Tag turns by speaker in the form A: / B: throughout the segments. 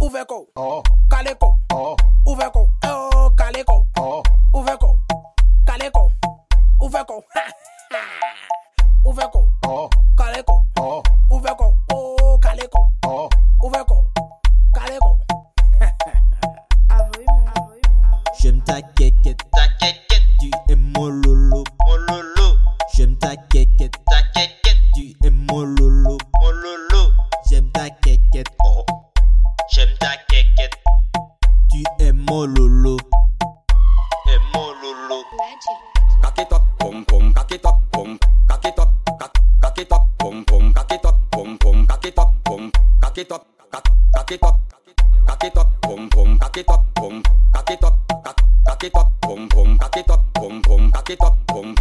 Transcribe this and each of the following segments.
A: Uveco,
B: Oh,
A: Caleco,
B: oh,
A: Uveco, oh, Caleco,
B: oh,
A: Uveco, Caleco, Uveco, Uveco,
B: oh,
A: Caleco,
B: oh,
A: Uveco, oh, Caleco,
B: oh.
A: Uveco, Caleco.
C: J'aime ta quéquette, ta quéquette, tu es mon lolo, mon lolo. J'aime ta quéquette, ta quéquette, tu es mon lolo, mon lolo. J'aime ta quéquette, oh. J'aime ta quéquette, tu es mon lolo, es mon lolo.
D: Cock it up, boom boom, cock it up, boom, cock it up, cock, cock it up, boom boom, cock it up, boom boom, cock it up, boom, cock it up, cock, cock it up, cock it up, boom boom, cock it up, boom, cock it up, cock, cock it up, boom boom, cock it up, boom boom, cock it up, boom.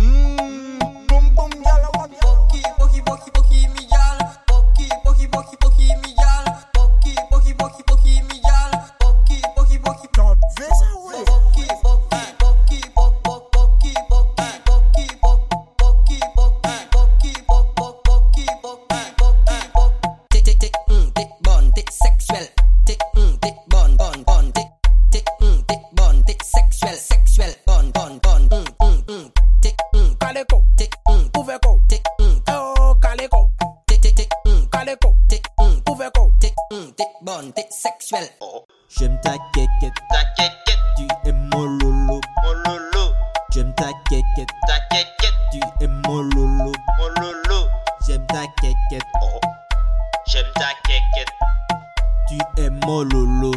E: Tick tick tick, mm, tick bon, tick sexuel. Tick mm, tick bon, bon, bon, tick tick mm, tick bon, tick sexuel, sexuel, bon, bon, bon, mm, mm, mm. Tick mm,
A: Caleco,
E: tick mm,
A: Uveco,
E: tick mm,
A: oh, Caleco,
E: tick tick tick mm,
A: Caleco,
E: tick mm,
A: Uveco,
E: tick mm, tick bon, tick sexuel.
C: J'aime ta quéquette, ta quéquette, tu es mon lolo, mon lolo. J'aime ta quéquette, ta quéquette, tu es mon lolo, mon lolo. J'aime ta quéquette, oh. J'aime ta quéquette, tu es mon lolo.